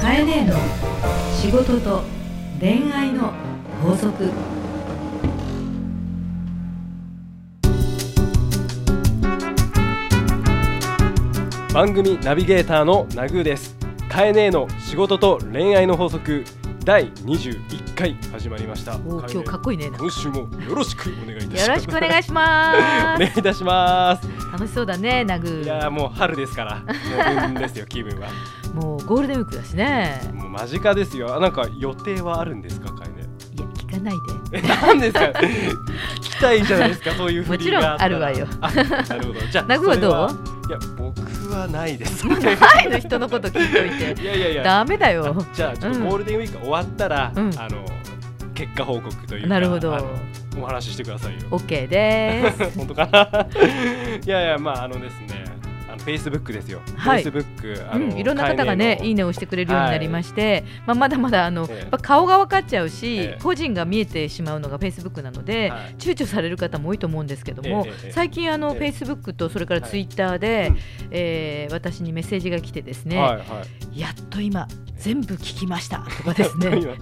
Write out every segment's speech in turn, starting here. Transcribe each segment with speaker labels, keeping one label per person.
Speaker 1: かえねえの仕事と恋愛の法則
Speaker 2: 番組ナビゲーターのナグーですカエネーの仕事と恋愛の法則第21回始まりました
Speaker 1: お
Speaker 2: カエネ
Speaker 1: 今日かっこいい ねなんか
Speaker 2: 今週もよろしくお願いいたします
Speaker 1: よろしくお願いしま
Speaker 2: お願いいたします
Speaker 1: す楽しそうだねナグ
Speaker 2: いやーもう春です からもう運ですよ気分は
Speaker 1: もうゴールデンウィークだしね
Speaker 2: もう間近ですよあなんか予定はあるんですかカエネ
Speaker 1: いや聞かない で
Speaker 2: なんですか聞きたいじゃないですかそういう振りがあったら
Speaker 1: もちろん
Speaker 2: あなるほどじゃあ
Speaker 1: ナグーはどう
Speaker 2: それはいや僕はないです
Speaker 1: 前の人のこと聞いと いて
Speaker 2: いやいやいや
Speaker 1: ダメだよ
Speaker 2: あじゃあちょっと
Speaker 1: うん
Speaker 2: ゴールデンウィーク終わったら、
Speaker 1: うん
Speaker 2: あの結果報告というか
Speaker 1: なるほど
Speaker 2: あのお話ししてくださいよ
Speaker 1: OK です
Speaker 2: 本当かな いやいやまああのですねあのフェイスブックですよ、
Speaker 1: はい
Speaker 2: フェイスブックあ
Speaker 1: う
Speaker 2: の、
Speaker 1: ん、いろんな方がね
Speaker 2: 概
Speaker 1: いい
Speaker 2: 念
Speaker 1: ねを押してくれるようになりまして、まあ、まだまだあの、
Speaker 2: ええ
Speaker 1: やっぱ顔が分かっちゃうし、
Speaker 2: ええ
Speaker 1: 個人が見えてしまうのが Facebook なので、
Speaker 2: のはい
Speaker 1: 躊躇される方も多いと思うんですけども、
Speaker 2: ええええ
Speaker 1: 最近あの、
Speaker 2: ええ
Speaker 1: Facebook とそれから
Speaker 2: はい
Speaker 1: Twitter で、
Speaker 2: うん
Speaker 1: えー私にメッセージが来てですね、
Speaker 2: はいはい
Speaker 1: やっと今全部聞きましたとか ですね
Speaker 2: 今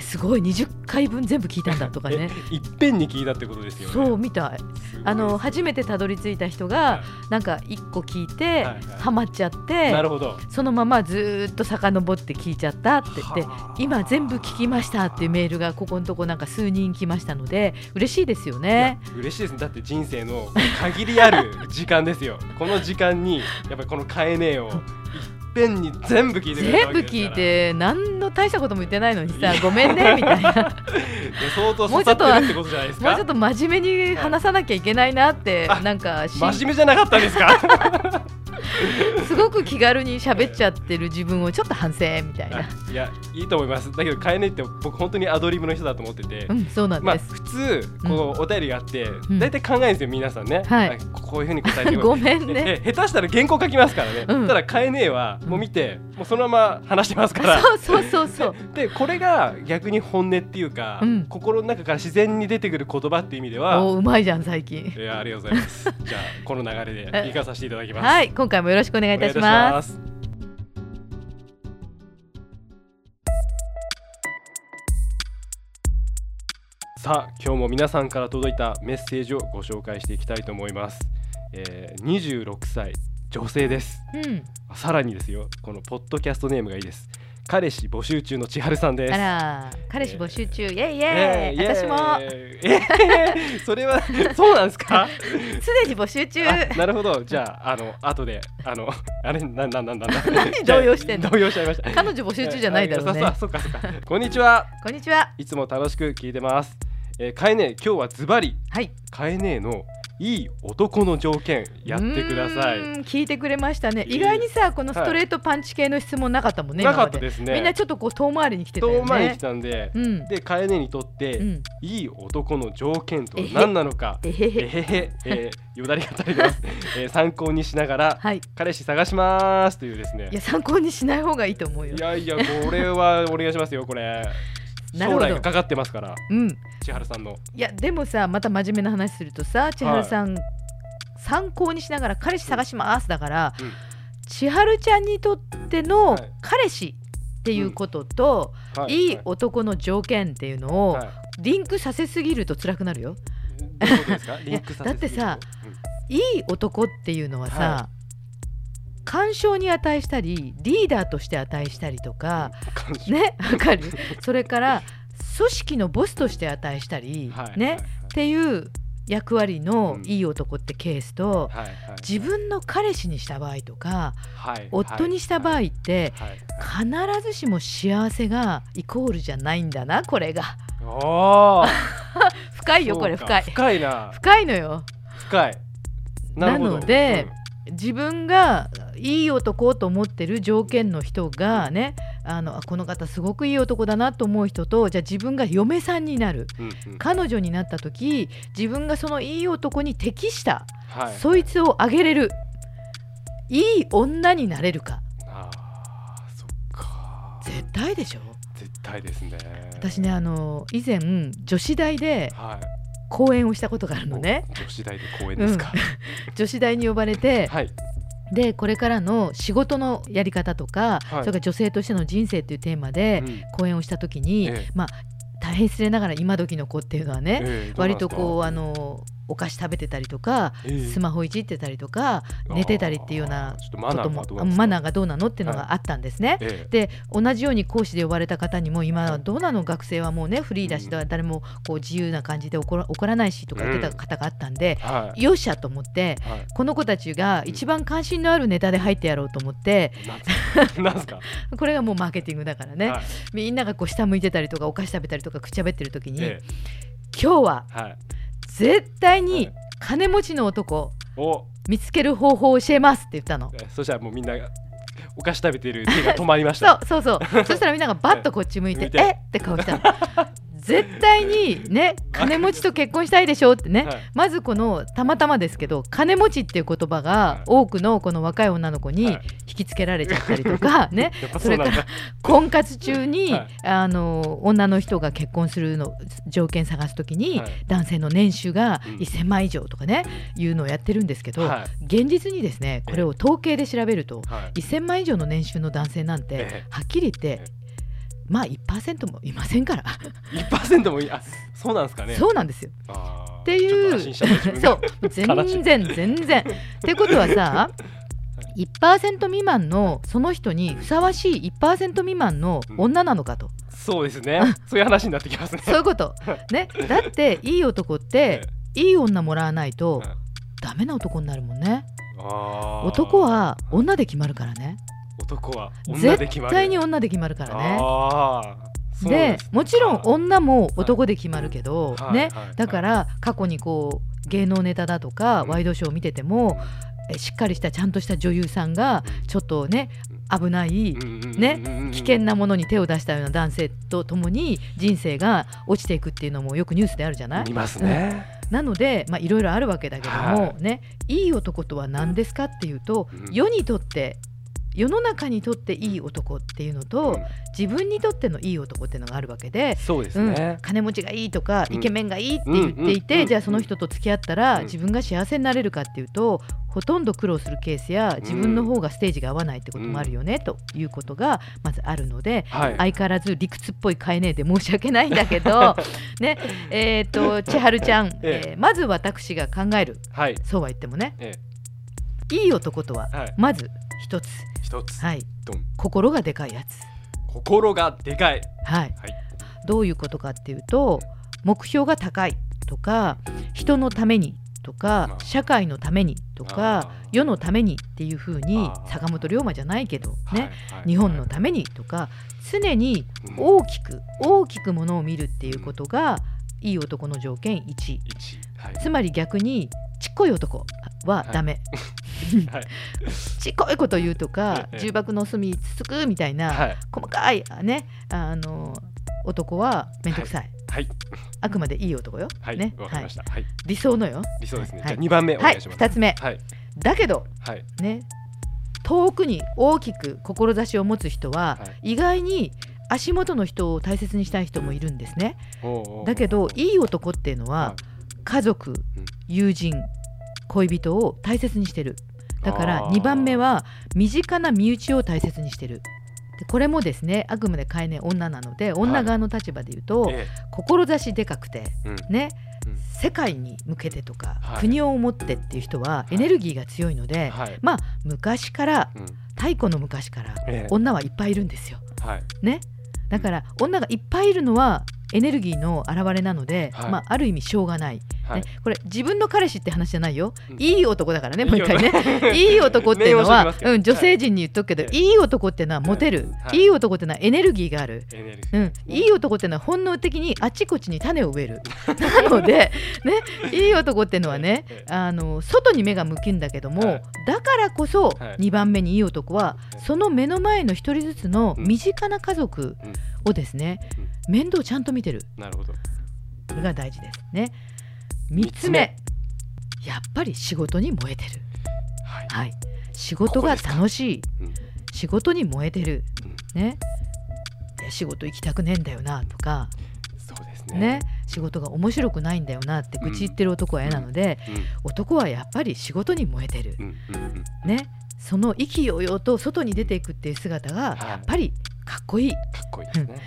Speaker 1: すごい20回分全部聞いたんだ とかね
Speaker 2: えいっぺんに聞いたってことですよね
Speaker 1: そうみたい
Speaker 2: すごいです
Speaker 1: あの初めてたどり着いた人
Speaker 2: は
Speaker 1: がなんか1個聞いて、
Speaker 2: はいはい
Speaker 1: ハマっちゃって。
Speaker 2: いなるほど
Speaker 1: そのままずーっと遡って聞いちゃったって言って
Speaker 2: はあ
Speaker 1: 今全部聞きましたっていうメールがここのとこなんか数人来ましたので嬉しいですよね。
Speaker 2: いや嬉しいですねだって人生の限りある時間ですよこの時間にやっぱりこの「変えねえ」をいっぺんに全部聞いてくれた
Speaker 1: 全
Speaker 2: わ
Speaker 1: 部
Speaker 2: けですから
Speaker 1: 聞いて何の大したことも言ってないのにさごめんねみたい な
Speaker 2: や相当刺さってるってことじゃないです
Speaker 1: もうちょ
Speaker 2: か
Speaker 1: っと真面目に話さなきゃいけないなって
Speaker 2: あ
Speaker 1: なんかし
Speaker 2: 真面目じゃなかったんですか
Speaker 1: すごく気軽に喋っちゃってる自分をちょっと反省みたい な。
Speaker 2: いやいいと思いますだけど「変えねえ」って僕本当にアドリブの人だと思ってて、
Speaker 1: うん、そうなん
Speaker 2: まあ
Speaker 1: です、
Speaker 2: 普通こうお便りがあって
Speaker 1: ん
Speaker 2: 大体、考えるんですよ皆さんね、
Speaker 1: はい
Speaker 2: あこういうふうに答え て
Speaker 1: ごめんね
Speaker 2: でで下手したら原稿書きますからね、
Speaker 1: うん
Speaker 2: ただ「変えねえ」はもう見てもうそのまま話してますから
Speaker 1: そうそうそうそう
Speaker 2: でこれが逆に本音っていうか、
Speaker 1: うん
Speaker 2: 心の中から自然に出てくる言葉っていう意味では
Speaker 1: おうまいじゃん最近
Speaker 2: いやありがとうございますじゃあこの流れでいかさせていただきます
Speaker 1: はいい今回もよろしくお願いいたします
Speaker 2: すさあ今日も皆さんから届いたメッセージをご紹介していきたいと思います、えー、26歳女性です
Speaker 1: うん
Speaker 2: さらにですよこのポッドキャストネームがいいです彼氏募集中の千春さんです
Speaker 1: あら、彼氏募集中、イエイイエ
Speaker 2: え
Speaker 1: イ、
Speaker 2: え
Speaker 1: 私も
Speaker 2: ええ それはそうなんですか。
Speaker 1: すでに募集中。
Speaker 2: あなるほど。じゃああの後であのあれなんなんなんなんなん。
Speaker 1: 何 動揺してんの
Speaker 2: 動揺しちゃいました。
Speaker 1: 彼女募集中じゃないだろう
Speaker 2: あ
Speaker 1: ね。
Speaker 2: そうそうそうかそうか。こんにちは。
Speaker 1: こんにちは。
Speaker 2: いつも楽しく聞いてます。えー、カエネ今日はズバリ
Speaker 1: はい、
Speaker 2: カエネのいい男の条件やってくださ
Speaker 1: うー
Speaker 2: い。
Speaker 1: ん聞いてくれましたね。
Speaker 2: いい
Speaker 1: 意外にさ、このストレートパンチ系の質問なかったもんね。
Speaker 2: なかっ
Speaker 1: 今
Speaker 2: た
Speaker 1: ま
Speaker 2: ですね。
Speaker 1: みんなちょっとこう遠回りに来てたよね。
Speaker 2: 遠回り来たんで。
Speaker 1: うん。
Speaker 2: でカエネにとって、
Speaker 1: うん。
Speaker 2: いい男の条件と
Speaker 1: えへ
Speaker 2: 何なのか。
Speaker 1: えへへ。
Speaker 2: えへへ、えー、よだれが垂れてます、えー、参考にしながら
Speaker 1: はい。
Speaker 2: 彼氏探しますというですね
Speaker 1: いや参考にしない方がいいと思うよ
Speaker 2: い。やいやこれはお願いしますよこれ
Speaker 1: なる
Speaker 2: 将
Speaker 1: ほど
Speaker 2: 来がかかってますから
Speaker 1: うん。
Speaker 2: 千春さんの
Speaker 1: いやでもさ、また真面目な話するとさ、千春さん、参考にしながら彼氏探しますだから、
Speaker 2: うん
Speaker 1: 千春ちゃんにとっての
Speaker 2: はい
Speaker 1: 彼氏っていうことと。
Speaker 2: はい
Speaker 1: い
Speaker 2: は
Speaker 1: 男の条件っていうのを
Speaker 2: はい
Speaker 1: リンクさせすぎると辛くなるよ。
Speaker 2: どういうことですかリンクさせ
Speaker 1: だってさ
Speaker 2: すぎる
Speaker 1: いい男っていうのはさ、
Speaker 2: は
Speaker 1: 干渉に値したりリーダーとして値したりとか
Speaker 2: とうん感じ
Speaker 1: ねわかる それから組織のボスとして値したり、
Speaker 2: はい
Speaker 1: ね、っていう役割の
Speaker 2: うん
Speaker 1: いい男ってケースと、
Speaker 2: はいはいはい
Speaker 1: 自分の彼氏にした場合とか
Speaker 2: はい
Speaker 1: 夫にした場
Speaker 2: は
Speaker 1: 合
Speaker 2: い
Speaker 1: って
Speaker 2: はい
Speaker 1: 必ずしも幸せがイコールじゃないんだなこれが
Speaker 2: おー
Speaker 1: 深いよこれ
Speaker 2: そう
Speaker 1: 深
Speaker 2: か
Speaker 1: い
Speaker 2: 深いな
Speaker 1: 深いのよ。
Speaker 2: 深いるほど
Speaker 1: なので自分がいい男と思ってる条件の人がねあのあこの方すごくいい男だなと思う人とじゃあ自分が嫁さんになる
Speaker 2: うんうんうん
Speaker 1: 彼女になった時自分がそのいい男に適した、
Speaker 2: はい
Speaker 1: そいつをあげれるいい女になれるか
Speaker 2: あーそっか
Speaker 1: 絶対でしょ
Speaker 2: 絶対ですね
Speaker 1: 私ねあの以前女子大で
Speaker 2: はい
Speaker 1: 講演をしたことがあるのね
Speaker 2: お女子大で公演ですか、
Speaker 1: 女子大に呼ばれて
Speaker 2: はい
Speaker 1: でこれからの仕事のやり方とか、そ
Speaker 2: はい
Speaker 1: れから女性としての人生というテーマで
Speaker 2: うん
Speaker 1: 講演をした時に、
Speaker 2: ええ
Speaker 1: まあ大変失礼ながら今時の子っていうのはね、
Speaker 2: ええ
Speaker 1: 割とこうあのお菓子食べてたりとか、
Speaker 2: どうなんです
Speaker 1: ス
Speaker 2: か
Speaker 1: マホいじってたりとか
Speaker 2: ええ
Speaker 1: 寝てたりっていうような
Speaker 2: あーちょっとマナーがど
Speaker 1: こ
Speaker 2: う
Speaker 1: と
Speaker 2: なんで
Speaker 1: も
Speaker 2: すか
Speaker 1: マナーがどうなのっていうのがあったんですね。
Speaker 2: え
Speaker 1: で同じように講師で呼ばれた方にも今はどうなの学生はもうねフリーだし
Speaker 2: うん
Speaker 1: 誰もこう自由な感じで怒ら怒らないしとか言ってた方があったん
Speaker 2: え
Speaker 1: で、
Speaker 2: はい
Speaker 1: よっしゃと思って
Speaker 2: はい
Speaker 1: この子たちが一番関心のあるネタで入ってやろうと思って
Speaker 2: なんですかなんですか
Speaker 1: これがもうマーケティングだから ね、
Speaker 2: はい
Speaker 1: みんながこう下向いてたりとかお菓子食べたりとか口喋ってる時に、
Speaker 2: ええ
Speaker 1: 今日は
Speaker 2: はい
Speaker 1: 絶対
Speaker 2: は
Speaker 1: に
Speaker 2: い
Speaker 1: 金持ちの男
Speaker 2: お
Speaker 1: 見つける方法を教えますって言ったの。
Speaker 2: えそしたらもうみんなお菓子食べてる手が止まりまし
Speaker 1: そ
Speaker 2: た
Speaker 1: うそうそう そしたらみんながバッとこっち向い
Speaker 2: は
Speaker 1: て
Speaker 2: い
Speaker 1: 「えっ?」て顔したの絶対に ね金持ちと結婚したいでしょってね、
Speaker 2: はい
Speaker 1: まずこのたまたまですけど金持ちっていう言葉が多くのこの若い女の子に
Speaker 2: はい
Speaker 1: 引きつけられちゃったりと か、ね
Speaker 2: やっぱ
Speaker 1: そ
Speaker 2: そう
Speaker 1: れ
Speaker 2: な
Speaker 1: か
Speaker 2: んだ
Speaker 1: ら婚活中に、
Speaker 2: はい
Speaker 1: あの女の人が結婚するの条件探すときに、
Speaker 2: はい
Speaker 1: 男性の年収が
Speaker 2: うん
Speaker 1: 1000万以上とかね、いうのをやってるんですけど、
Speaker 2: は
Speaker 1: 現実にですねこれを統計で調べると
Speaker 2: いはい
Speaker 1: 1000万以上の年収の男性なんて、
Speaker 2: ええ
Speaker 1: はっきり言っ
Speaker 2: え
Speaker 1: て
Speaker 2: え。
Speaker 1: まあ1%もいませんから、
Speaker 2: 1%もいいあそうなんですかね
Speaker 1: そうなんですよ。
Speaker 2: っ
Speaker 1: っていうそう全然全然。ってこと はさ1%未満のその人にふさわしい1%未満の女なのかと、
Speaker 2: そうですねそういう話になってきますね
Speaker 1: そういうこと、ね、だっていい男っていい女もらわないと
Speaker 2: うん
Speaker 1: ダメな男になるもんね
Speaker 2: あー
Speaker 1: 男は女で決まるからね
Speaker 2: 男は女で決
Speaker 1: 絶
Speaker 2: まる
Speaker 1: 対に女で決まるからね
Speaker 2: あーそう
Speaker 1: でもちろん
Speaker 2: 女
Speaker 1: 女も男で決まるけど、
Speaker 2: はい
Speaker 1: ね、
Speaker 2: はいはい
Speaker 1: だから過去にこう芸能ネタだとか
Speaker 2: うん
Speaker 1: ワイドショーを見てても、えしっかりしたちゃんとした女優さんがちょっとね危ないね危険なものに手を出したような男性とともに人生が落ちていくっていうのもよくニュースであるじゃない
Speaker 2: いますね
Speaker 1: なのでまあいろいろあるわけだけども、、
Speaker 2: はい
Speaker 1: ねいい男とは何ですかっていうと、
Speaker 2: うん
Speaker 1: 世にとって世の中にとっていい男っていうのと、
Speaker 2: うん
Speaker 1: 自分にとってのいい男っていうのがあるわけで。
Speaker 2: そうですね
Speaker 1: うん、金持ちがいいとか、
Speaker 2: うん
Speaker 1: イケメンがいいって言っていて、
Speaker 2: うんうん
Speaker 1: じゃあその人と付き合ったら、
Speaker 2: うん
Speaker 1: 自分が幸せになれるかっていうとほとんど苦労するケースや自分の方がステージが合わないってこともあるよね、ということがまずあるので
Speaker 2: はい
Speaker 1: 相変わらず理屈っぽい概念で申し訳ないんだけど ねえー、と千春ちゃん、
Speaker 2: ええ
Speaker 1: えーまず私が考える
Speaker 2: はい
Speaker 1: そうは言ってもね
Speaker 2: え
Speaker 1: いい男とは
Speaker 2: えはい
Speaker 1: まず一つ、
Speaker 2: 一つ
Speaker 1: はい、
Speaker 2: ドン
Speaker 1: 心がでかいやつ。
Speaker 2: 心がでかい
Speaker 1: はい、
Speaker 2: はい
Speaker 1: どういうことかっていうと目標が高いとか人のためにとか、
Speaker 2: まあ
Speaker 1: 社会のためにとか
Speaker 2: あー
Speaker 1: 世のためにっていうふうに
Speaker 2: あー
Speaker 1: 坂本龍馬じゃないけどね、
Speaker 2: はいはい
Speaker 1: 日本のためにとか常に
Speaker 2: うん
Speaker 1: 大きく大きくものを見るっていうことがいい男の条件1
Speaker 2: 一はい
Speaker 1: つまり逆にちっこい男はダメ、
Speaker 2: はい
Speaker 1: ちっこいこと言うとか
Speaker 2: ええ
Speaker 1: 重箱の隅つつくみたいな、
Speaker 2: はい
Speaker 1: 細かいあねあの男は面倒くさい、
Speaker 2: はい
Speaker 1: あくまでいい男よ、
Speaker 2: はい
Speaker 1: ね
Speaker 2: わかりましたはい
Speaker 1: 理想のよ
Speaker 2: 理想ですね
Speaker 1: はい
Speaker 2: じゃあ二番目お
Speaker 1: は
Speaker 2: 願
Speaker 1: い
Speaker 2: いします
Speaker 1: 2つ目
Speaker 2: はい
Speaker 1: だけど
Speaker 2: はい
Speaker 1: ね遠くに大きく志を持つ人は、
Speaker 2: は
Speaker 1: 意外に足元の人を大切にしたい人もいるんですね
Speaker 2: おうおうおう
Speaker 1: だけどいい男っていうの
Speaker 2: は
Speaker 1: は家族
Speaker 2: うん
Speaker 1: 友人恋人を大切にしてるだから
Speaker 2: あー
Speaker 1: 2番目は身近な身内を大切にしてるでこれもですねあくまで概念女なので女側の立場で言うと、
Speaker 2: え
Speaker 1: 志でかくて、
Speaker 2: うん
Speaker 1: ね、
Speaker 2: うん
Speaker 1: 世界に向けてとか、
Speaker 2: はい
Speaker 1: 国を思ってっていう人はいエネルギーが強いので、
Speaker 2: えはい
Speaker 1: まあ昔から
Speaker 2: うん
Speaker 1: 太古の昔から
Speaker 2: ええ
Speaker 1: 女はいっぱいいるんですよ。
Speaker 2: はい
Speaker 1: ね、だから女がいっぱいいるのはエネルギーの表れなので、
Speaker 2: はい
Speaker 1: まあ、ある意味しょうがない、
Speaker 2: はい
Speaker 1: ね、これ自分の彼氏って話じゃないよ、
Speaker 2: うん
Speaker 1: いい男だからねもう一回ね。
Speaker 2: ね
Speaker 1: いい男っていうの
Speaker 2: 念を
Speaker 1: は
Speaker 2: 押し、ときますけど
Speaker 1: うん、女性陣に言っとくけど、
Speaker 2: はい
Speaker 1: い、い男っていうのはモテる、
Speaker 2: はい
Speaker 1: いい男っていうのはエネルギーがある、
Speaker 2: エネルギ
Speaker 1: う
Speaker 2: ー
Speaker 1: ん、いい男っていうのは本能的にあちこちに種を植え るなので、ね、いい男っていうのはね
Speaker 2: ええ
Speaker 1: あの外に目が向くんだけども、
Speaker 2: はい
Speaker 1: だからこそ
Speaker 2: はい
Speaker 1: 2番目にいい男は
Speaker 2: ええ
Speaker 1: その目の前の一人ずつの
Speaker 2: うん
Speaker 1: 身近な家族をですね、面倒をちゃんと見てる
Speaker 2: なるほど
Speaker 1: これが大事ですね。
Speaker 2: 三
Speaker 1: 3
Speaker 2: つ
Speaker 1: つ
Speaker 2: 目
Speaker 1: 目やっぱり仕事に燃えてる、
Speaker 2: はい
Speaker 1: はい、仕事
Speaker 2: ここ
Speaker 1: が
Speaker 2: ですか
Speaker 1: 楽しい
Speaker 2: うん
Speaker 1: 仕事に燃えてる、ね、いや仕事行きたくねえんだよなとか。
Speaker 2: そうです
Speaker 1: ね
Speaker 2: ね、
Speaker 1: 仕事が面白くないんだよなって愚痴言ってる男は嫌なので、
Speaker 2: うん
Speaker 1: 男はやっぱり仕事に燃えてる、
Speaker 2: うんうんうん
Speaker 1: ねその意気揚々と外に出ていくっていう姿が
Speaker 2: はい
Speaker 1: やっぱりかっこいい
Speaker 2: かっこいいですね。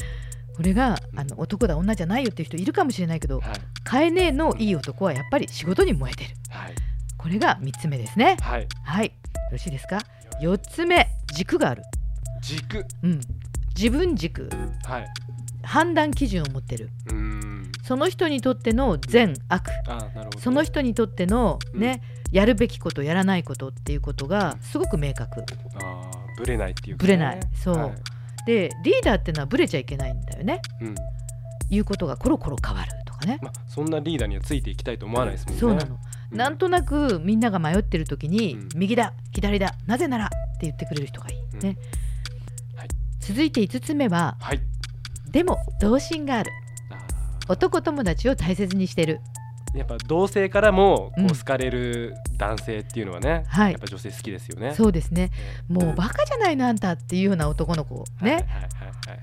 Speaker 1: これが
Speaker 2: うん
Speaker 1: あの男だ女じゃないよっていう人いるかもしれないけど
Speaker 2: はい
Speaker 1: カエネのいい男はやっぱり仕事に燃えてる
Speaker 2: はい
Speaker 1: これが3つ目ですね
Speaker 2: はい
Speaker 1: はいよろしいですか4つ目軸がある、
Speaker 2: 軸
Speaker 1: うん、自分軸
Speaker 2: はい
Speaker 1: 判断基準を持ってる
Speaker 2: うーん
Speaker 1: その人にとっての善悪
Speaker 2: あなるほど
Speaker 1: その人にとってのね、やるべきことやらないことっていうことがすごく明確
Speaker 2: あーぶれないっていうか
Speaker 1: ぶれないそう
Speaker 2: はい
Speaker 1: でリーダーってのはブレちゃいけないんだよね
Speaker 2: うん
Speaker 1: 言うことがコロコロ変わるとかね
Speaker 2: まあそんなリーダーにはついていきたいと思わないですもんね。
Speaker 1: そうなの、
Speaker 2: う
Speaker 1: なんとなくみんなが迷ってる時に、
Speaker 2: うん
Speaker 1: 右だ左だなぜならって言ってくれる人がいい、ね
Speaker 2: はい
Speaker 1: 続いて5つ目は
Speaker 2: はい
Speaker 1: でも童心がある
Speaker 2: あ
Speaker 1: 男友達を大切にしてる
Speaker 2: ーやっぱ同性からもこ
Speaker 1: うん
Speaker 2: う好かれる男性っていうのはね、
Speaker 1: はい
Speaker 2: やっぱ女性好きですよね。
Speaker 1: そうですね
Speaker 2: ね
Speaker 1: もうバカじゃないのあんたっていうような男の子ね、
Speaker 2: はいはいはいはい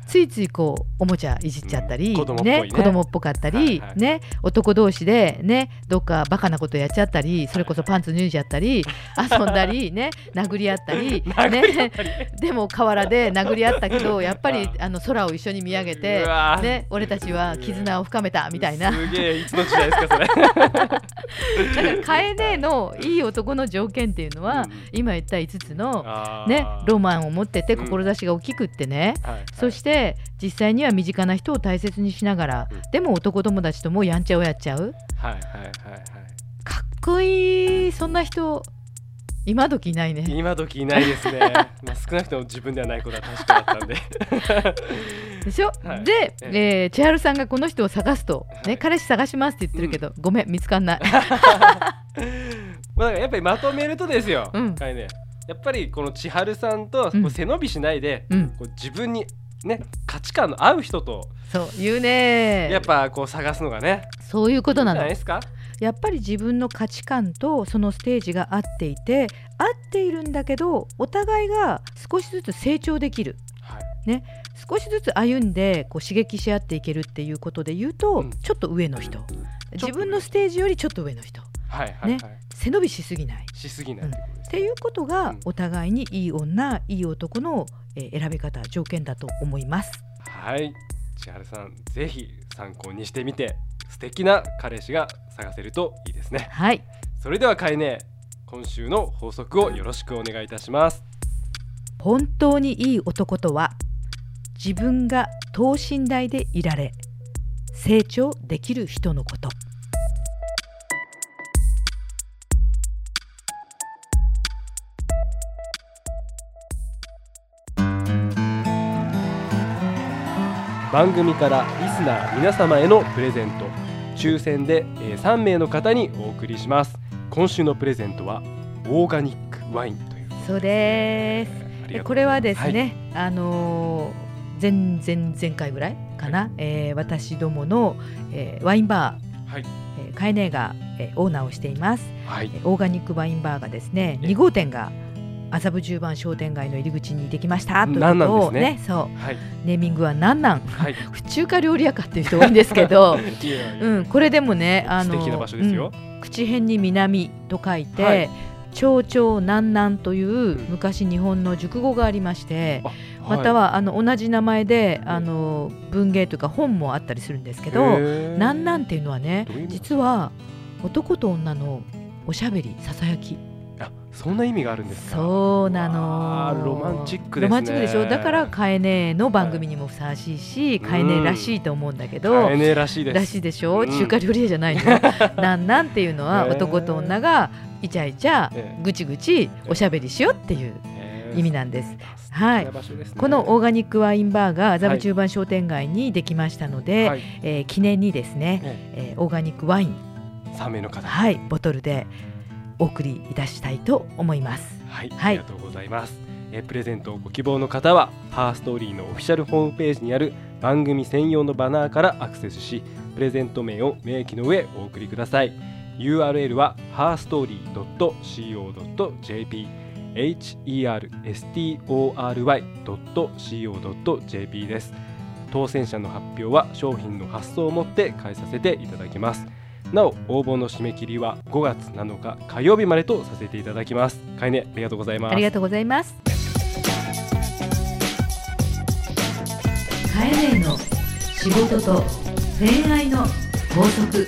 Speaker 1: ついついこうおもちゃいじっちゃったり、
Speaker 2: うん子供っぽいね
Speaker 1: 子供っぽかったり、
Speaker 2: はいはい
Speaker 1: ね男同士でねどっかバカなことやっちゃったりそれこそパンツ脱いじゃったり遊んだ りね殴り合ったりね でも河原で殴り合ったけどやっぱりあの空を一緒に見上げて
Speaker 2: う。わー
Speaker 1: ね、俺たちは絆を深めたみたいな
Speaker 2: すげえいつの時代ですか それ。
Speaker 1: だから楓のいい男の条件っていうのは、
Speaker 2: うん
Speaker 1: 今言った5つの、
Speaker 2: あー
Speaker 1: ね、ロマンを持ってて
Speaker 2: うん
Speaker 1: 志が大きくってね、
Speaker 2: はいはい
Speaker 1: そして実際には身近な人を大切にしながら、
Speaker 2: うん
Speaker 1: でも男友達ともやんちゃをやっちゃう
Speaker 2: はいはいはいはい。
Speaker 1: かっこいいそんな人今時いないね
Speaker 2: 今時いないで すね。まあ少なくとも自分ではないことは確かだったんで。
Speaker 1: でしょ、
Speaker 2: はい
Speaker 1: で、
Speaker 2: え
Speaker 1: えー千春さんがこの人を探すと、ね
Speaker 2: はい
Speaker 1: 彼氏探しますって言ってるけど、ごめん見つかん ない
Speaker 2: まあだからやっぱりまとめるとですよ。
Speaker 1: うん
Speaker 2: はいね。やっぱりこの千春さんと
Speaker 1: うん
Speaker 2: こう背伸びしないで、
Speaker 1: うん
Speaker 2: こう自分にね価値観の合う人と
Speaker 1: そう言うね
Speaker 2: やっぱこう探すのがね。
Speaker 1: そういうことな
Speaker 2: じゃ
Speaker 1: の
Speaker 2: いですか。
Speaker 1: やっぱり自分の価値観とそのステージが合っていて合っているんだけどお互いが少しずつ成長できる
Speaker 2: はい。
Speaker 1: 少しずつ歩んでこう刺激し合っていけるっていうことで言うと、
Speaker 2: うん
Speaker 1: ちょっと上の人
Speaker 2: ちょっと
Speaker 1: 自分のステージよりちょっと上の人
Speaker 2: はいはいはい。
Speaker 1: ね背伸びしすぎないっ
Speaker 2: しすぎないってことです
Speaker 1: て
Speaker 2: ね。
Speaker 1: いうことが、
Speaker 2: うん
Speaker 1: お互いにいい女いい男の、えー選び方条件だと思います
Speaker 2: はい。千春さんぜひ参考にしてみて素敵な彼氏が探せるといいですね。
Speaker 1: はい
Speaker 2: それではカイネ今週の法則をよろしくお願いいたします
Speaker 1: 本当にいい男とは自分が等身大でいられ成長できる人のこと
Speaker 2: 番組からリスナー皆様へのプレゼント抽選でえー3名の方にお送りします今週のプレゼントはオーガニックワインという
Speaker 1: そうです
Speaker 2: あり
Speaker 1: え
Speaker 2: がとうござ
Speaker 1: こ
Speaker 2: います
Speaker 1: れはですね、あのー前前前回ぐらいかな、えー私どもの、えーワインバ
Speaker 2: はい
Speaker 1: ー、えー、カエネが、えーオーナーをしています、
Speaker 2: はい
Speaker 1: えーオーガニックワインバーがですね
Speaker 2: え
Speaker 1: 2号店が麻布十番商店街の入り口にできましたという
Speaker 2: な
Speaker 1: こ
Speaker 2: んなん
Speaker 1: と
Speaker 2: です
Speaker 1: を
Speaker 2: ね
Speaker 1: ねそ
Speaker 2: はい、
Speaker 1: うネーミングはなんなん
Speaker 2: はい、
Speaker 1: 中華料理屋かっていう人多いんですけ ど
Speaker 2: いやいや
Speaker 1: うんこれでもねあの
Speaker 2: 素敵な場所ですよ、
Speaker 1: うん口辺に南と書いて、
Speaker 2: はい
Speaker 1: 長々南南という
Speaker 2: うん
Speaker 1: 昔日本の熟語がありまして、また
Speaker 2: は
Speaker 1: はあの同じ名前であの文芸というか本もあったりするんですけ
Speaker 2: け
Speaker 1: ど「なんなん」っていうのはね
Speaker 2: どういう意味
Speaker 1: 実は男と女のおしゃべりささやき
Speaker 2: あそんな意味があるんですか
Speaker 1: そうな
Speaker 2: わあ
Speaker 1: の
Speaker 2: ロマンチックです
Speaker 1: ロ
Speaker 2: ね
Speaker 1: マンチックでしょだからカエネの番組にもふさわしいし
Speaker 2: うん
Speaker 1: カエネらしいと思うんだけど
Speaker 2: カエネらしいです
Speaker 1: らしいでしょ、
Speaker 2: うん
Speaker 1: 中華料理屋じゃないの なんなんっていうのは
Speaker 2: えー
Speaker 1: 男と女がイチャイチャ
Speaker 2: え
Speaker 1: ぐちぐちおしゃべりしようっていう
Speaker 2: えー
Speaker 1: 意味なんです
Speaker 2: 素敵
Speaker 1: はい
Speaker 2: な場所ですね
Speaker 1: このオーガニックワインバーが麻布十番商店街にできましたので、
Speaker 2: はい
Speaker 1: えー記念にですね、えーオーガニックワイン、
Speaker 2: 3名の方
Speaker 1: はい、ボトルでお送りいたしたいと思います。
Speaker 2: はい、
Speaker 1: は
Speaker 2: あ
Speaker 1: い
Speaker 2: りがとうございます。えープレゼントをご希望の方はパーストーリーのオフィシャルホームページにある番組専用のバナーからアクセスしプレゼント名を明記の上お送りください URL は herstory.co.jp herstory.co.jp です当選者の発表は商品の発送をもって返させていただきますなお応募の締め切りは5月7日火曜日までとさせていただきますかえねありがとうございます
Speaker 1: ありがとうございますカエネの仕事と恋愛の法則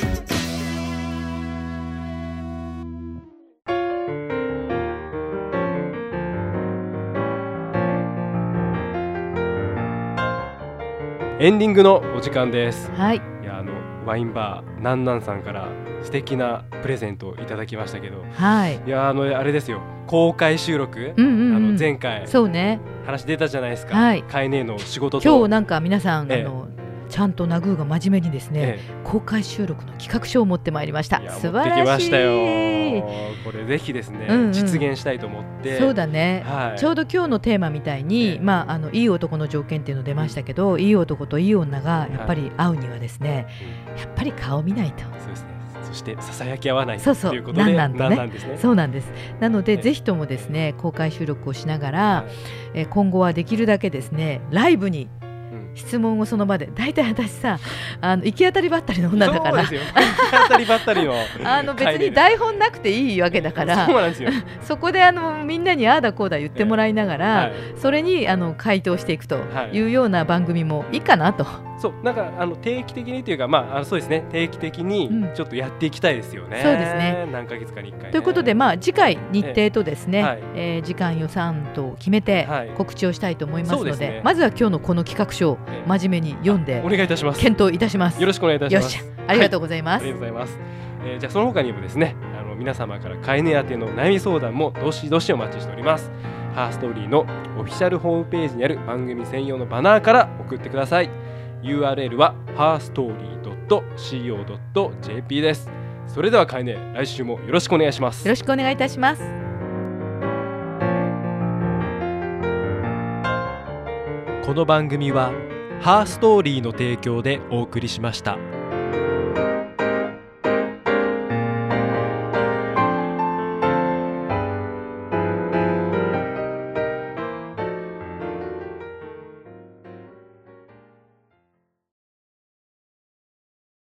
Speaker 2: エンディングのお時間です
Speaker 1: はい
Speaker 2: いやあのワインバーなんなんさんから素敵なプレゼントをいただきましたけど
Speaker 1: はい
Speaker 2: いやあのあれですよ公開収録、
Speaker 1: うんうん、うん、
Speaker 2: あの前回
Speaker 1: そうね
Speaker 2: 話出たじゃないですか、
Speaker 1: はい
Speaker 2: カエネの仕事と
Speaker 1: 今日なんか皆さん、
Speaker 2: ええ
Speaker 1: あのちゃんとナグーが真面目にですね、
Speaker 2: え
Speaker 1: 公開収録の企画書を持ってまいりました
Speaker 2: えいや
Speaker 1: 素
Speaker 2: 持って
Speaker 1: 晴ら
Speaker 2: きま
Speaker 1: しい
Speaker 2: したよこれぜひですね、
Speaker 1: うんうん
Speaker 2: 実現したいと思って
Speaker 1: そうだね、
Speaker 2: はい
Speaker 1: ちょうど今日のテーマみたいに、
Speaker 2: ええ
Speaker 1: まあ、あのいい男の条件っていうの出ましたけど、いい男といい女がやっぱり会うにはですね、やっぱり顔見ないと。
Speaker 2: そうですねそしてささやき合わない
Speaker 1: そうそう
Speaker 2: ということで
Speaker 1: なんなんとね
Speaker 2: なんですね
Speaker 1: そうなんですなので、
Speaker 2: ええ
Speaker 1: ぜひともですね公開収録をしながら、
Speaker 2: はい
Speaker 1: えー今後はできるだけですねライブに
Speaker 2: うん
Speaker 1: 質問をその場で大体私さあの行き当たりばったりの女だか
Speaker 2: そう
Speaker 1: ら
Speaker 2: ですよ 当たりばったりの
Speaker 1: あの別に
Speaker 2: だ
Speaker 1: 台本なくていいわけだから
Speaker 2: そうなんですよ、
Speaker 1: そこであのみんなにああだこうだ言ってもらいながら、
Speaker 2: はい
Speaker 1: それにあの回答していくと
Speaker 2: はい
Speaker 1: いうような番組もいいかなと、
Speaker 2: そうなんかあの定期的にというかまああのそうですね定期的
Speaker 1: う
Speaker 2: に
Speaker 1: ん
Speaker 2: ちょっとやっていきたいですよね。
Speaker 1: そうですね。
Speaker 2: 何ヶ月かに一回、ね。
Speaker 1: ということで、まあ、次回日程とですね、え
Speaker 2: ええはい
Speaker 1: ー時間予算と決めて
Speaker 2: はい
Speaker 1: 告知をしたいと思いますので,、
Speaker 2: そうですね
Speaker 1: まずは今日のこの企画書を
Speaker 2: ええ
Speaker 1: 真面目に読んで
Speaker 2: お願いいたします。よ
Speaker 1: 検討いたします。
Speaker 2: ろしくお願いいたし
Speaker 1: よっ
Speaker 2: ます。
Speaker 1: しゃありがとうございま
Speaker 2: あ
Speaker 1: す。
Speaker 2: りがとうございます。えーじゃあその他にもですねあの皆様から買い値宛ての悩み相談もどしどしお待ちしております。ハーストーリーのオフィシャルホームページにある番組専用のバナーから送ってください。URL は herstory.co.jp です。それでは買い値来週もよろしくお願いします
Speaker 1: よ。ろしくお願いいたします。
Speaker 2: この番組はハーストーリーの提供でお送りしました。